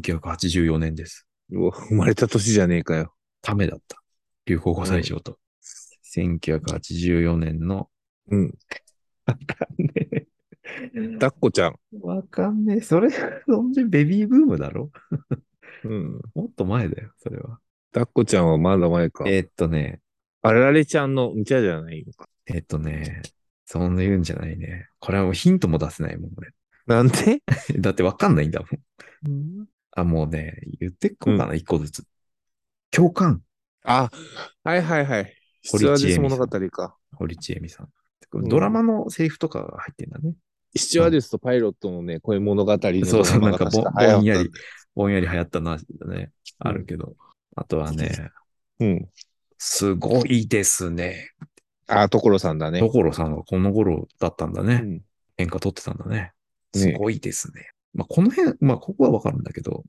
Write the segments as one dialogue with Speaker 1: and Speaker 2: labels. Speaker 1: 1984年です。
Speaker 2: うわ生まれた年じゃねえかよ。
Speaker 1: ためだった。流行語大賞と。1984年の、
Speaker 2: うん。
Speaker 1: ね
Speaker 2: だっこちゃん。
Speaker 1: わかんねえ。それ、そんじベビーブームだろ
Speaker 2: うん。
Speaker 1: もっと前だよ、それは。
Speaker 2: だっこちゃんはまだ前か。
Speaker 1: えーっとね、
Speaker 2: あられちゃんのうちゃじゃないのか。
Speaker 1: えーっとね、そんな言うんじゃないね。これはもうヒントも出せないもん、俺。
Speaker 2: なん で
Speaker 1: だってわかんないんだもん。あ、もうね、言ってっこうかな、一、個ずつ。共感、
Speaker 2: あ、はいはいはい。
Speaker 1: 堀
Speaker 2: 出
Speaker 1: ちえみさん
Speaker 2: 話です物語か。
Speaker 1: 堀ちえみさん。
Speaker 2: うん
Speaker 1: ドラマのセリフとかが入ってんだね。
Speaker 2: スチュワーデスとパイロットのね、こういう物語のドラマが
Speaker 1: そうそうなんかぼ
Speaker 2: 確流行った
Speaker 1: ぼんやり。ぼんやり流行ったな、ね、あるけど。あとはね、
Speaker 2: うん。
Speaker 1: すごいですね。
Speaker 2: あ、所さんだね。
Speaker 1: 所さんがこの頃だったんだ
Speaker 2: う
Speaker 1: ね。
Speaker 2: ん
Speaker 1: 演歌取ってたんだね。
Speaker 2: ね
Speaker 1: すごいですね。まあ、この辺、まあ、ここはわかるんだけど、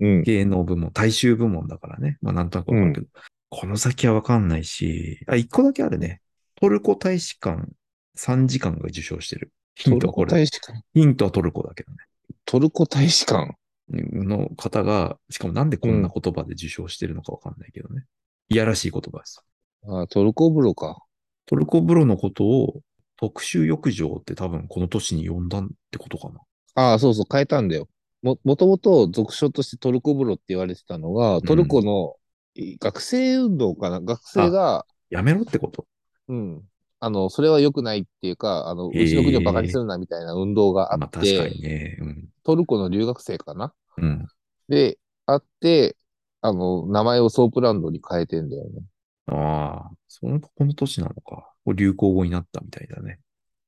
Speaker 2: うん。
Speaker 1: 芸能部門、大衆部門だからね。まあ、なんとなくわかるけど、この先はわかんないし、あ、一個だけあるね。トルコ大使館3時間が受賞してる。ヒントはこれ。
Speaker 2: 大使館。
Speaker 1: ヒントはトルコだけど
Speaker 2: トルコ大使館。
Speaker 1: ね。の方が、しかもなんでこんな言葉で受賞してるのかわかんないけどね。いやらしい言葉です。
Speaker 2: あ、トルコ風呂か。
Speaker 1: トルコ風呂のことを特殊浴場って多分この年に呼んだってことかな。
Speaker 2: ああ、そうそう、変えたんだよ。も、もともと俗称としてトルコ風呂って言われてたのが、トルコのい学生運動かな、学生が、
Speaker 1: やめろってこと
Speaker 2: うん、あの、それは良くないっていうか、あの、う
Speaker 1: へえ
Speaker 2: ちの国をバカにするなみたいな運動があ
Speaker 1: まあ
Speaker 2: っ
Speaker 1: 確か
Speaker 2: て、
Speaker 1: にね。うん。
Speaker 2: トルコの留学生かな
Speaker 1: うん。
Speaker 2: で、あって、あの、名前をソープランドに変えてんだよね。
Speaker 1: ああ、その、この年なのか。流行語になったみたいだね。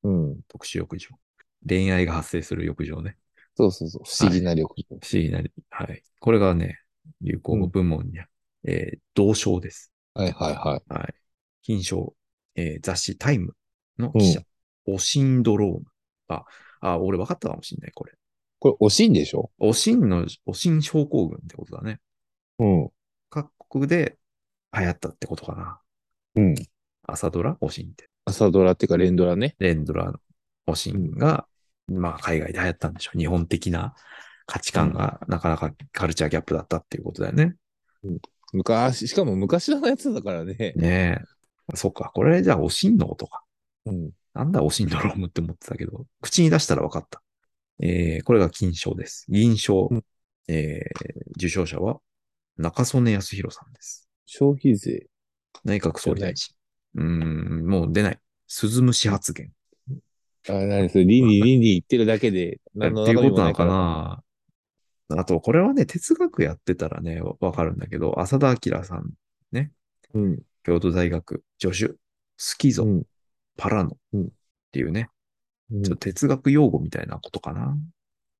Speaker 2: うん。
Speaker 1: 特殊浴場。恋愛が発生する浴場ね。
Speaker 2: そうそうそう、不思議な力。
Speaker 1: 不思議なり。はい。これがね、流行語部門に、えー同賞です。
Speaker 2: はいはいはい。
Speaker 1: はい。金賞、えー雑誌タイムの記者、オシンドローム。あ、あ、俺分かったかもしんない、これ。
Speaker 2: これ、惜しいんでしょ
Speaker 1: オシンの、オシン症候群ってことだね。
Speaker 2: うん。
Speaker 1: 各国で流行ったってことかな。
Speaker 2: うん。
Speaker 1: 朝ドラ、オシンって。
Speaker 2: 朝ドラっていうか、連ドラね。
Speaker 1: レンドラのオシンが、まあ海外で流行ったんでしょう。日本的な価値観がなかなかカルチャーギャップだったっていうことだよね。
Speaker 2: 昔、しかも昔のやつだからね。
Speaker 1: ねえ。そっか。これじゃあオシンのことか。
Speaker 2: うん。
Speaker 1: なんだオシンドロームって思ってたけど、口に出したら分かった。えー、これが金賞です。銀賞、
Speaker 2: うん
Speaker 1: えー、受賞者は中曽根康弘さんです。
Speaker 2: 消費税。
Speaker 1: 内閣総理大臣。うーん、もう出ない。鈴虫発言。
Speaker 2: あ、何それ、リンリンリンリン言ってるだ けで、何の
Speaker 1: っていう
Speaker 2: 中身
Speaker 1: こ
Speaker 2: も
Speaker 1: とないの
Speaker 2: か。
Speaker 1: からな。あと、これはね、哲学やってたらね、わわかるんだけど、浅田明さん、
Speaker 2: うん。
Speaker 1: 京都大学助手、スキゾ、
Speaker 2: うん
Speaker 1: パラノ、
Speaker 2: うん
Speaker 1: っていうね、
Speaker 2: うん
Speaker 1: ちょっと哲学用語みたいなことかな。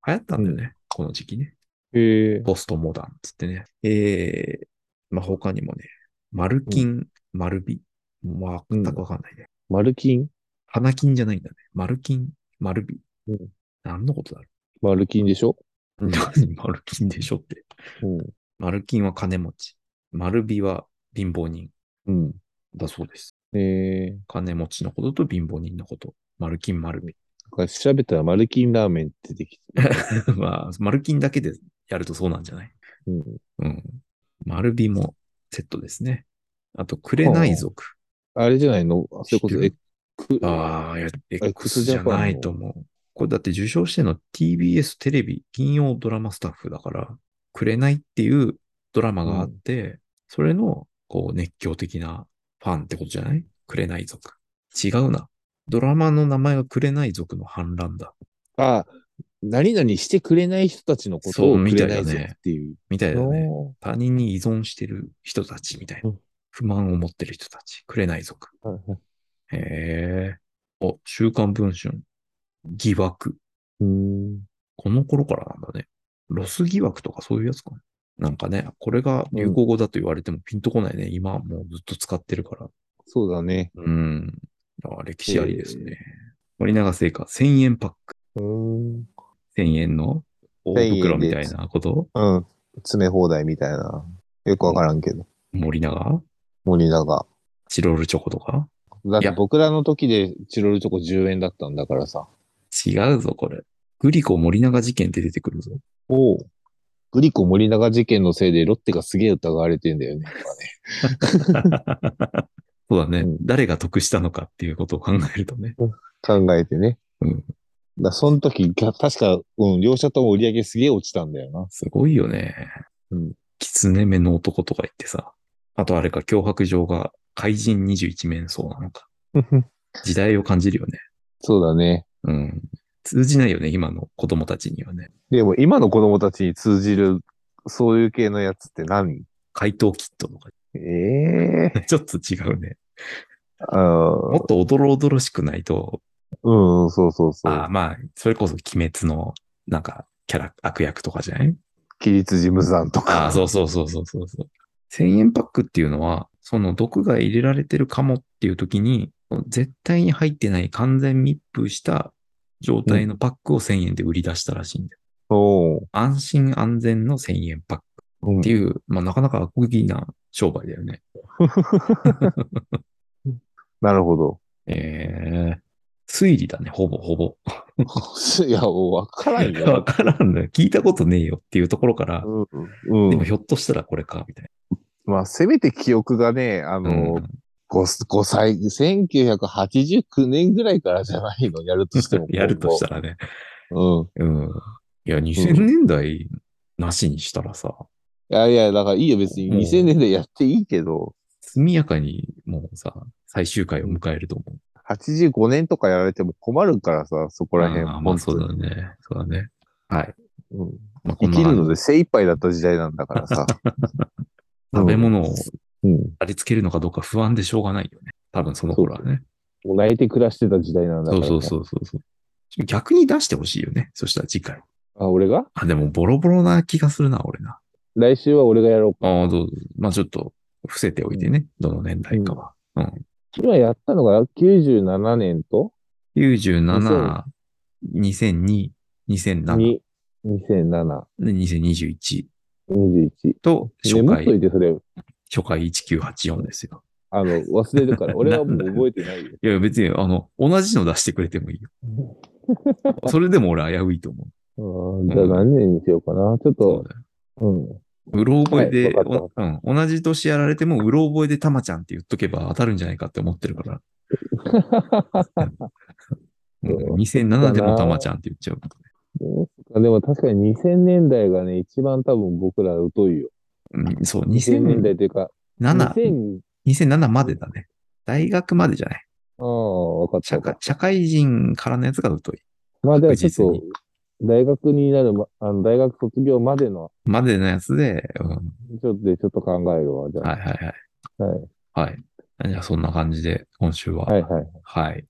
Speaker 1: 流行ったんだよね、この時期ね。
Speaker 2: へえ。
Speaker 1: ポストモダンっつってね。えー、まあ、他にもね、マルキン、マルビ、まあ全くわかんないね。
Speaker 2: マルキン
Speaker 1: 花金じゃないんだね。マルキン、マルビ。
Speaker 2: うん
Speaker 1: 何のことだろ
Speaker 2: マルキンでしょ
Speaker 1: う。 何マルキンでしょって。
Speaker 2: うん。
Speaker 1: マルキンは金持ち。マルビは貧乏人
Speaker 2: うん。
Speaker 1: だそうです。
Speaker 2: ええ。
Speaker 1: 金持ちのことと貧乏人のこと。マルキン、マルビ。
Speaker 2: これ調べたらマルキンラーメンってできて る。
Speaker 1: まあ、マルキンだけでやるとそうなんじゃない
Speaker 2: うん。
Speaker 1: うん。マルビもセットですね。あと、クレナイ族。
Speaker 2: あれじゃないのそれこそ、
Speaker 1: 知っ
Speaker 2: え
Speaker 1: て、ああ、いや X じゃないと思う。これだって受賞してるの TBS テレビ金曜ドラマスタッフだから、くれないっていうドラマがあって、それのこう熱狂的なファンってことじゃないくれない族。違うな。ドラマの名前がくれない族の反乱だ。
Speaker 2: あ、何々してくれない人たちのこと
Speaker 1: そう
Speaker 2: をく
Speaker 1: みた
Speaker 2: れ
Speaker 1: い
Speaker 2: な
Speaker 1: だね
Speaker 2: いぞっていう。
Speaker 1: みたいだね。
Speaker 2: おー
Speaker 1: 他人に依存してる人たちみたいな
Speaker 2: うん。
Speaker 1: 不満を持ってる人たち。くれない族。
Speaker 2: はいはい
Speaker 1: へえ。お、週刊文春。疑惑。
Speaker 2: うーん。
Speaker 1: この頃からなんだね。ロス疑惑とかそういうやつかな。なんかね、これが流行語だと言われてもピンとこないね。今はもうずっと使ってるから。
Speaker 2: そうだね。
Speaker 1: うん。あ歴史ありですね。森永製菓、1000円パック。
Speaker 2: うーん。
Speaker 1: 1000円の大袋みたいなこと
Speaker 2: うん。詰め放題みたいな。よくわからんけど。
Speaker 1: 森永
Speaker 2: 森永。
Speaker 1: チロルチョコとか
Speaker 2: だ
Speaker 1: い
Speaker 2: って
Speaker 1: や
Speaker 2: 僕らの時でチロルチョコ10円だったんだからさ。
Speaker 1: 違うぞ、これ。グリコ森永事件って出てくるぞ。
Speaker 2: おお。グリコ森永事件のせいでロッテがすげえ疑われてんだよね。
Speaker 1: そうだね、
Speaker 2: うん
Speaker 1: 誰が得したのかっていうことを考えるとね。
Speaker 2: 考えてね。
Speaker 1: うん
Speaker 2: だその時、が確か、うん、両者とも売り上げすげえ落ちたんだよな。
Speaker 1: すごいよね。
Speaker 2: うん。
Speaker 1: 狐目の男とか言ってさ。あとあれか、脅迫状が怪人21面相なのか。時代を感じるよね。
Speaker 2: そうだね。
Speaker 1: うん。通じないよね、今の子供たちにはね。
Speaker 2: でも今の子供たちに通じる、そういう系のやつって何
Speaker 1: 怪盗キットとか。
Speaker 2: ええ
Speaker 1: ちょっと違うね。
Speaker 2: あ
Speaker 1: もっとおどろおどろしくないと、
Speaker 2: うんうん、そうそうそ
Speaker 1: ああ
Speaker 2: う。
Speaker 1: まあ、それこそ鬼滅の、なんか、キャラ、悪役とかじゃない
Speaker 2: 規律事務山とか。
Speaker 1: ああ、そうそうそうそうそうそう。1000円パックっていうのは、その毒が入れられてるかもっていう時に、絶対に入ってない完全密封した状態のパックを1000円で売り出したらしいんだよ。
Speaker 2: おう。
Speaker 1: 安心安全の1000円パック
Speaker 2: うん
Speaker 1: っていう、まあなかなか悪意な商売だよね。
Speaker 2: なるほど。
Speaker 1: ええ推理だね、ほぼほぼ。
Speaker 2: いや、もうわから ん
Speaker 1: わ
Speaker 2: よ。
Speaker 1: からんのよ。聞いたことねえよっていうところから、
Speaker 2: うん。う
Speaker 1: でも
Speaker 2: ん。
Speaker 1: ひょっとしたらこれか、みたい
Speaker 2: まあ、せめて記憶がね、あ
Speaker 1: な。
Speaker 2: の、
Speaker 1: うん。
Speaker 2: ご 5, 歳、1989年ぐらいからじゃないの、やるとしても
Speaker 1: やるとしたらね。
Speaker 2: うん。い
Speaker 1: うん。いや、2000年代なしにしたらさ、
Speaker 2: やいや、だからいいよ、別に
Speaker 1: うん
Speaker 2: 2000年代やっていいけど、
Speaker 1: 速やかにもうさ、最終回を迎えると思う。
Speaker 2: 85年とかやられても困るからさ、そこら辺。
Speaker 1: あーまあ、そう
Speaker 2: 本
Speaker 1: だね。そうだね。はい。
Speaker 2: 当に
Speaker 1: まあ、
Speaker 2: う
Speaker 1: こ
Speaker 2: ん
Speaker 1: ん
Speaker 2: 生
Speaker 1: な
Speaker 2: きるので精一杯だった時代なんだか らさ。
Speaker 1: 食べ物を
Speaker 2: うん。
Speaker 1: ありつけるのかどうか不安でしょうがないよね。多分その頃はね。
Speaker 2: もがいて暮らしてた時代なんだか
Speaker 1: そ
Speaker 2: ら
Speaker 1: う
Speaker 2: さ。
Speaker 1: そうそうそうそう。逆に出してほしいよね。そしたら次回。
Speaker 2: あ、俺が
Speaker 1: あ、でもボロボロな気がするな、俺な。
Speaker 2: 来週は俺がやろうか。
Speaker 1: ああ、どうぞまあちょっと伏せておいてね。どの年代かは。
Speaker 2: 今やったのが97年と
Speaker 1: 97、2002、2007、
Speaker 2: に2007、
Speaker 1: で2021。
Speaker 2: 21。
Speaker 1: と、
Speaker 2: ね、
Speaker 1: 初
Speaker 2: もっと
Speaker 1: 回、
Speaker 2: いてそれ、
Speaker 1: 初回1984ですよ。
Speaker 2: あの、忘れるから。俺はもう覚えてないよ。
Speaker 1: いや、別に、あの、同じの出してくれてもいいよ。それでも俺危ういと思う。
Speaker 2: うんじゃあ何年にしようかな。ちょ
Speaker 1: そ
Speaker 2: っ
Speaker 1: う
Speaker 2: と、
Speaker 1: だよ。
Speaker 2: うん。
Speaker 1: うろ覚えで、
Speaker 2: はいわ
Speaker 1: おうん、同じ年やられても、うろ覚えでたまちゃんって言っとけば当たるんじゃないかって思ってる から。うん、2007でもたまちゃんって言っちゃうからね
Speaker 2: どうすかでも確かに2000年代がね、一番多分僕ら疎いよ。
Speaker 1: うん、そう、
Speaker 2: 2000年
Speaker 1: 2007、
Speaker 2: 代というか、2000、
Speaker 1: 2007までだね。大学までじゃない。
Speaker 2: ああ、わかった
Speaker 1: 社
Speaker 2: わかっ
Speaker 1: 会社会人からのやつが疎い。
Speaker 2: た。まあ、じゃあ
Speaker 1: 確
Speaker 2: ち
Speaker 1: 実
Speaker 2: ょっ
Speaker 1: に
Speaker 2: と、大学になる、ま、あの大学卒業までの、
Speaker 1: までのやつで、うん、は
Speaker 2: ちょっとでちょっと考えるわ、じ
Speaker 1: い
Speaker 2: ゃ
Speaker 1: はいはい。
Speaker 2: あ。はい。
Speaker 1: はい。じゃあ、そんな感じで、今週は、
Speaker 2: はいはい。
Speaker 1: はい。